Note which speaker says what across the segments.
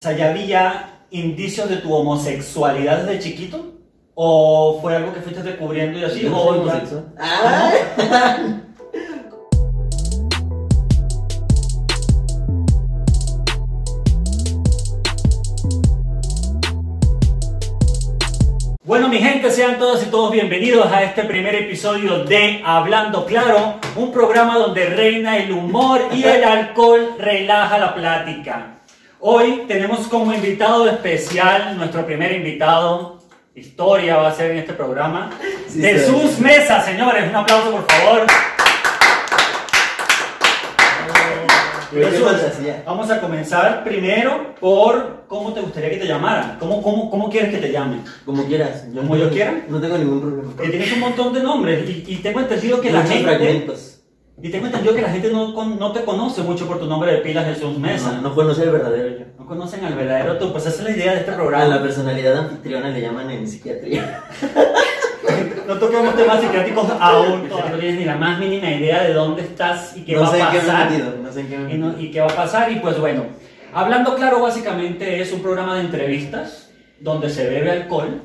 Speaker 1: O sea, ¿ya había indicios de tu homosexualidad desde chiquito? ¿O fue algo que fuiste descubriendo y así?
Speaker 2: Yo no pues,
Speaker 1: ¿O
Speaker 2: soy
Speaker 1: ya-
Speaker 2: homosexual.
Speaker 3: Ah,
Speaker 1: Bueno, mi gente, sean todas y todos bienvenidos a este primer episodio de Hablando Claro, un programa donde reina el humor y el alcohol relaja la plática. Hoy tenemos como invitado especial, nuestro primer invitado, historia va a ser en este programa,
Speaker 2: Sí,
Speaker 1: de
Speaker 2: sí.
Speaker 1: sus mesas, señores, un aplauso por favor.
Speaker 2: Pero qué
Speaker 1: Jesús,
Speaker 2: fantasía.
Speaker 1: Vamos a comenzar primero por cómo te gustaría que te llamaran. ¿Cómo, cómo, cómo quieres que te llamen?
Speaker 2: Como quieras.
Speaker 1: Como yo
Speaker 2: no-
Speaker 1: quiera.
Speaker 2: No tengo ningún problema.
Speaker 1: Porque tienes un montón de nombres y, y tengo entendido que la
Speaker 2: Muchos
Speaker 1: gente.
Speaker 2: fragmentos.
Speaker 1: Y tengo entendido que la gente no, con- no te conoce mucho por tu nombre de pilas Jesús Mesa.
Speaker 2: No,
Speaker 1: No,
Speaker 2: no conoce el verdadero yo.
Speaker 1: conocen al verdadero tú. Pues esa es la idea de este
Speaker 2: A la
Speaker 1: programa.
Speaker 2: personalidad anfitriona le llaman en psiquiatría.
Speaker 1: No toquemos temas psiquiátricos aún. todavía No tienes ni la más mínima idea de dónde estás y qué
Speaker 2: no
Speaker 1: va
Speaker 2: sé
Speaker 1: a
Speaker 2: en qué me he
Speaker 1: pasar.
Speaker 2: metido. No sé en qué me he
Speaker 1: y, no-
Speaker 2: metido.
Speaker 1: y qué va a pasar. Y pues bueno, hablando claro, básicamente es un programa de entrevistas donde se bebe alcohol,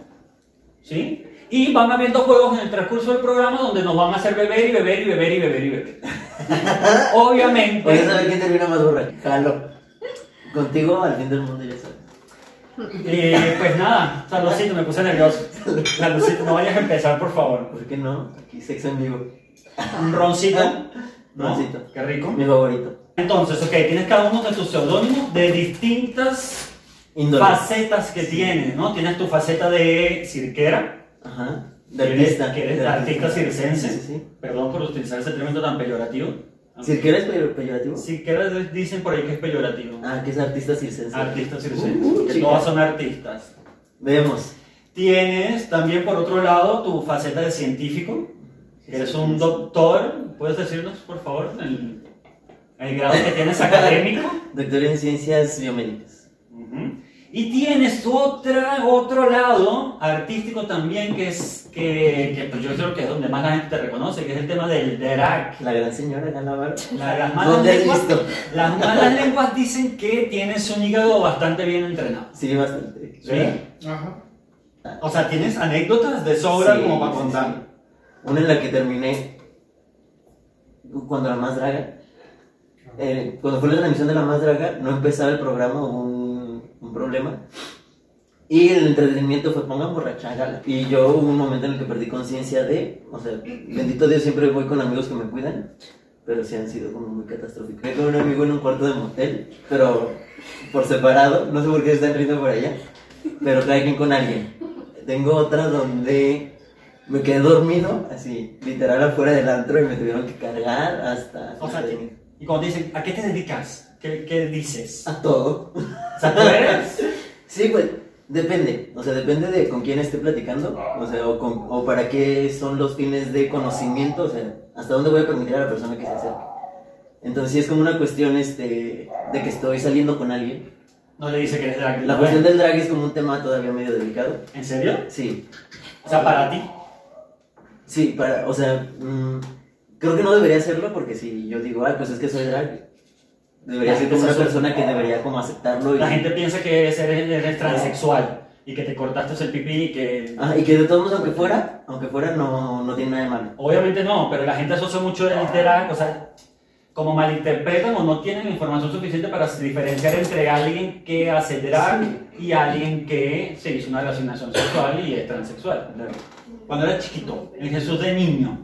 Speaker 1: ¿sí? Y van habiendo juegos en el transcurso del programa donde nos van a hacer beber y beber y beber y beber y beber.
Speaker 2: Voy
Speaker 1: Obviamente,
Speaker 2: a saber quién termina más borracho. Jalo. Contigo al fin del mundo ya sabes.
Speaker 1: eh, pues nada, saludcito, me puse nervioso. Saludcito, no vayas a empezar, por favor.
Speaker 2: ¿Por qué no? Aquí sexo en vivo.
Speaker 1: Un roncito. ¿no?
Speaker 2: Roncito.
Speaker 1: Qué rico.
Speaker 2: Mi favorito.
Speaker 1: Entonces, ok, tienes cada uno de tus seudónimos de distintas
Speaker 2: Índole.
Speaker 1: facetas que tienes, ¿no? Tienes tu faceta de cirquera,
Speaker 2: Ajá. De
Speaker 1: ¿Quieres-
Speaker 2: artista.
Speaker 1: quieres
Speaker 2: de
Speaker 1: artista circense?
Speaker 2: Sí, sí, sí.
Speaker 1: Perdón por utilizar ese término tan peyorativo.
Speaker 2: ¿Cirquero es peyor- peyorativo?
Speaker 1: Cirquera de- dicen por ahí que es peyorativo.
Speaker 2: Ah, que es artista circense.
Speaker 1: Artistas circenses.
Speaker 2: Uh, uh,
Speaker 1: que
Speaker 2: chica.
Speaker 1: todos son artistas.
Speaker 2: Vemos.
Speaker 1: Tienes también por otro lado tu faceta de científico. Que eres un doctor. ¿Puedes decirnos, por favor, el, el grado que tienes académico?
Speaker 2: Doctor en ciencias biomédicas.
Speaker 1: Ujú. Y tienes otra, otro lado artístico también que es que, que, pues, yo creo que es donde más la gente te reconoce, que es el tema del drag.
Speaker 2: La gran señora Gana Bárbara.
Speaker 1: La- las, malas
Speaker 2: ¿Dónde has
Speaker 1: lenguas,
Speaker 2: visto?
Speaker 1: las malas lenguas dicen que tienes un hígado bastante bien entrenado.
Speaker 2: Sí, bastante.
Speaker 1: ¿sí?
Speaker 2: ¿Verdad?
Speaker 3: Ajá.
Speaker 1: O sea, tienes anécdotas de sobra
Speaker 2: Sí,
Speaker 1: como para
Speaker 2: sí,
Speaker 1: contar.
Speaker 2: sí. Una en la que terminé cuando la más draga. eh, cuando fue la transmisión de la más draga, no empezaba el programa, hubo un, un problema. Y el entretenimiento fue pongan borrachangala. Y yo hubo un momento en el que perdí conciencia de, o sea, bendito Dios, siempre voy con amigos que me cuidan, pero sí han sido como muy catastróficos. Fui con un amigo en un cuarto de motel, pero por separado, no sé por qué se están riendo por allá, pero cada quien con alguien. Tengo otra donde me quedé dormido, así, literal afuera del antro y me tuvieron que cargar hasta...
Speaker 1: O sea, que- y cuando dicen, ¿a qué te dedicas? ¿Qué, qué dices?
Speaker 2: a todo.
Speaker 1: O sea, tú eres
Speaker 2: Sí, güey, depende. O sea, depende de con quién esté platicando, o sea, o, con- o para qué son los fines de conocimiento, o sea, hasta dónde voy a permitir a la persona que se acerque. Entonces, sí es como una cuestión, este, de que estoy saliendo con alguien.
Speaker 1: No le dice que eres drag.
Speaker 2: La cuestión del drag es como un tema todavía medio delicado.
Speaker 1: ¿En serio?
Speaker 2: Sí,
Speaker 1: O sea, para ti.
Speaker 2: sí, para, o sea, mm, creo que no debería hacerlo porque si yo digo, ah, pues es que soy drag, debería
Speaker 1: La
Speaker 2: ser
Speaker 1: gente
Speaker 2: como
Speaker 1: se
Speaker 2: una
Speaker 1: asusta.
Speaker 2: persona que debería como aceptarlo y...
Speaker 1: La gente piensa que eres, eres- eres transexual y que te cortaste el pipí y que...
Speaker 2: Ah, y que de todos modos, aunque fuera, aunque fuera, no, no tiene nada de malo.
Speaker 1: Obviamente no, pero la gente asocia mucho el drag, o sea, como malinterpretan o no tienen la información suficiente para diferenciar entre alguien que hace drag y alguien que se hizo una relacionación sexual y es transexual. Cuando era chiquito, el Jesús de niño,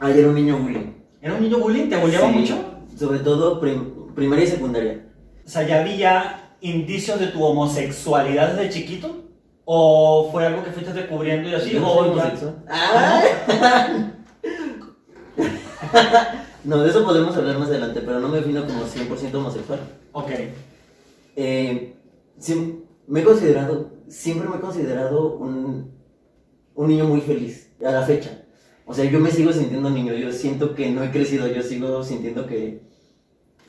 Speaker 2: Ayer Ah, un niño bullying.
Speaker 1: ¿era un niño bullying? ¿Te bulleaba
Speaker 2: Sí,
Speaker 1: mucho?
Speaker 2: Sobre todo prim- primaria y secundaria.
Speaker 1: O sea, ¿ya había indicios de tu homosexualidad desde chiquito? ¿O fue algo que fuiste descubriendo y así?
Speaker 2: Yo no
Speaker 1: ¿O
Speaker 2: soy
Speaker 1: ya-
Speaker 2: homosexual. No, de eso podemos hablar más adelante, pero no me defino como 100% homosexual.
Speaker 1: Ok,
Speaker 2: Eh, sí, me he considerado, siempre me he considerado un, un niño muy feliz, a la fecha. O sea, yo me sigo sintiendo niño, yo siento que no he crecido, yo sigo sintiendo que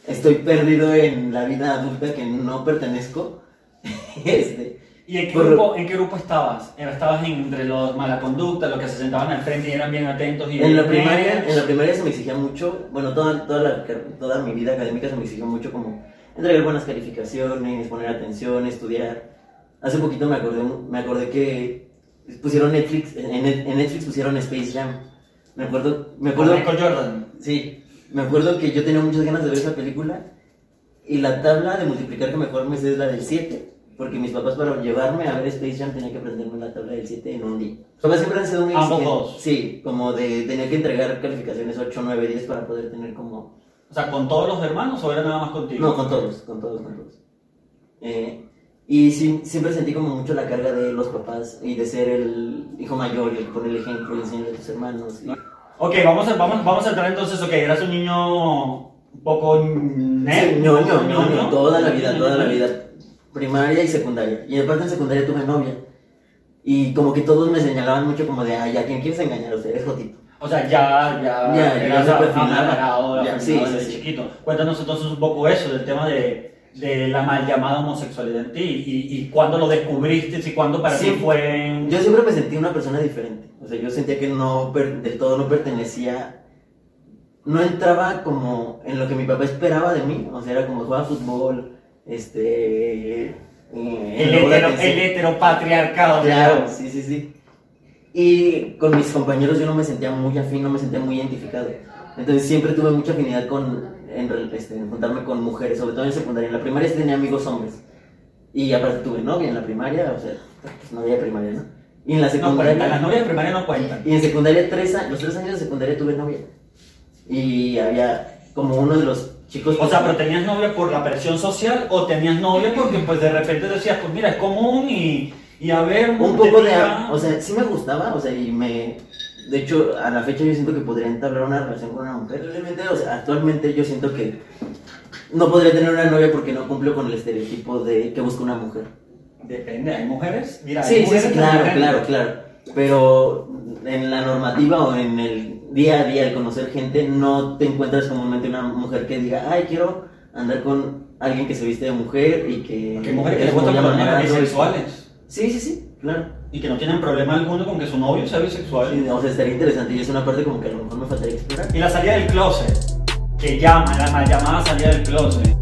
Speaker 2: estoy perdido en la vida adulta, que no pertenezco. Este,
Speaker 1: ¿Y en qué,
Speaker 2: Por-
Speaker 1: grupo, en qué grupo estabas? Era- ¿Estabas entre los mala conducta, los que se sentaban al frente y eran bien atentos? Y
Speaker 2: en, la primaria, en la primaria se me exigía mucho, bueno, toda, toda, la car- toda mi vida académica se me exigió mucho como entregar buenas calificaciones, poner atención, estudiar. Hace poquito me acordé, me acordé que pusieron Netflix, en, en Netflix pusieron Space Jam. Me acuerdo, me acuerdo.
Speaker 1: Michael Jordan.
Speaker 2: Sí, me acuerdo que yo tenía muchas ganas de ver esa película y la tabla de multiplicar que mejor me sé es la del 7, porque mis papás para llevarme a ver Space Jam tenían que aprenderme la tabla del 7 en un día. Mis papás siempre han sido muy
Speaker 1: Ambos
Speaker 2: exigentes.
Speaker 1: dos.
Speaker 2: Sí, como de tener que entregar calificaciones 8, 9, 10 para poder tener como
Speaker 1: O sea, ¿con todos los hermanos o era nada más contigo?
Speaker 2: no, con todos, con todos, con todos. Eh, y sí, siempre sentí como mucho la carga de los papás y de ser el hijo mayor y el poner el ejemplo y enseñarle a tus hermanos. y-
Speaker 1: Ok, vamos a, vamos, vamos a entrar entonces, ok, eras un niño un poco nerd.
Speaker 2: Sí, ñoño, ñoño, toda la vida, toda la vida. Primaria y secundaria. Y aparte en secundaria tuve novia. Y como que todos me señalaban mucho como de, ay, ¿a quién quieres engañar? Usted es Jotito.
Speaker 1: O sea, ya, ya,
Speaker 2: Ya, ya
Speaker 1: eras
Speaker 2: se perfilaba.
Speaker 1: amarrado,
Speaker 2: Ya,
Speaker 1: afinado
Speaker 2: sí, sí,
Speaker 1: desde
Speaker 2: sí.
Speaker 1: chiquito. Cuéntanos entonces un poco eso, del tema de, de la mal llamada homosexualidad en ti y, y cuándo lo descubriste y cuándo para ti
Speaker 2: Sí.
Speaker 1: fue...
Speaker 2: Yo siempre me sentí una persona diferente. O sea, yo sentía que no per- del todo no pertenecía. No entraba como en lo que mi papá esperaba de mí. O sea, era como jugaba fútbol, este. eh,
Speaker 1: El,
Speaker 2: luego la
Speaker 1: hetero-
Speaker 2: atención.
Speaker 1: el heteropatriarcado.
Speaker 2: Claro, sí, sí, sí. Y con mis compañeros yo no me sentía muy afín, no me sentía muy identificado. Entonces siempre tuve mucha afinidad con en, re- este, en juntarme con mujeres, sobre todo en secundaria. En la primaria sí tenía amigos hombres. Y aparte tuve novia en la primaria, o sea, pues, novia de primaria, ¿no? Y en la
Speaker 1: No cuentan,
Speaker 2: secundaria...
Speaker 1: las novias de primaria no cuentan.
Speaker 2: y en secundaria, tres, a- los tres años de secundaria tuve novia. Y había como uno de los chicos...
Speaker 1: O sea, pero tenías novia por la presión social o tenías novia
Speaker 2: Mm.
Speaker 1: porque pues de repente decías, pues mira, es común y, y a ver...
Speaker 2: un poco de...
Speaker 1: tenía-
Speaker 2: O sea, sí me gustaba, o sea, y me... De hecho, a la fecha yo siento que podría entablar una relación con una mujer. Realmente, o sea, actualmente yo siento que no podría tener una novia porque no cumplo con el estereotipo de que busca una mujer.
Speaker 1: Depende, hay mujeres, mira, hay
Speaker 2: Sí, sí,
Speaker 1: mujeres
Speaker 2: sí,
Speaker 1: que
Speaker 2: claro,
Speaker 1: tienen-
Speaker 2: claro, claro. Pero en la normativa o en el día a día, al conocer gente, no te encuentras comúnmente una mujer que diga, ay, quiero andar con alguien que se viste de mujer y que...
Speaker 1: Que hay mujeres que
Speaker 2: es
Speaker 1: les gustan
Speaker 2: muy
Speaker 1: problemas
Speaker 2: amargado".
Speaker 1: bisexuales
Speaker 2: Sí, sí, sí, claro.
Speaker 1: y que no tienen problema alguno con que su novio sea bisexual.
Speaker 2: Sí, o sea, estaría interesante y es una parte como que a lo mejor me faltaría explorar.
Speaker 1: Y la salida del closet, que llama, la mal llamada salida del closet.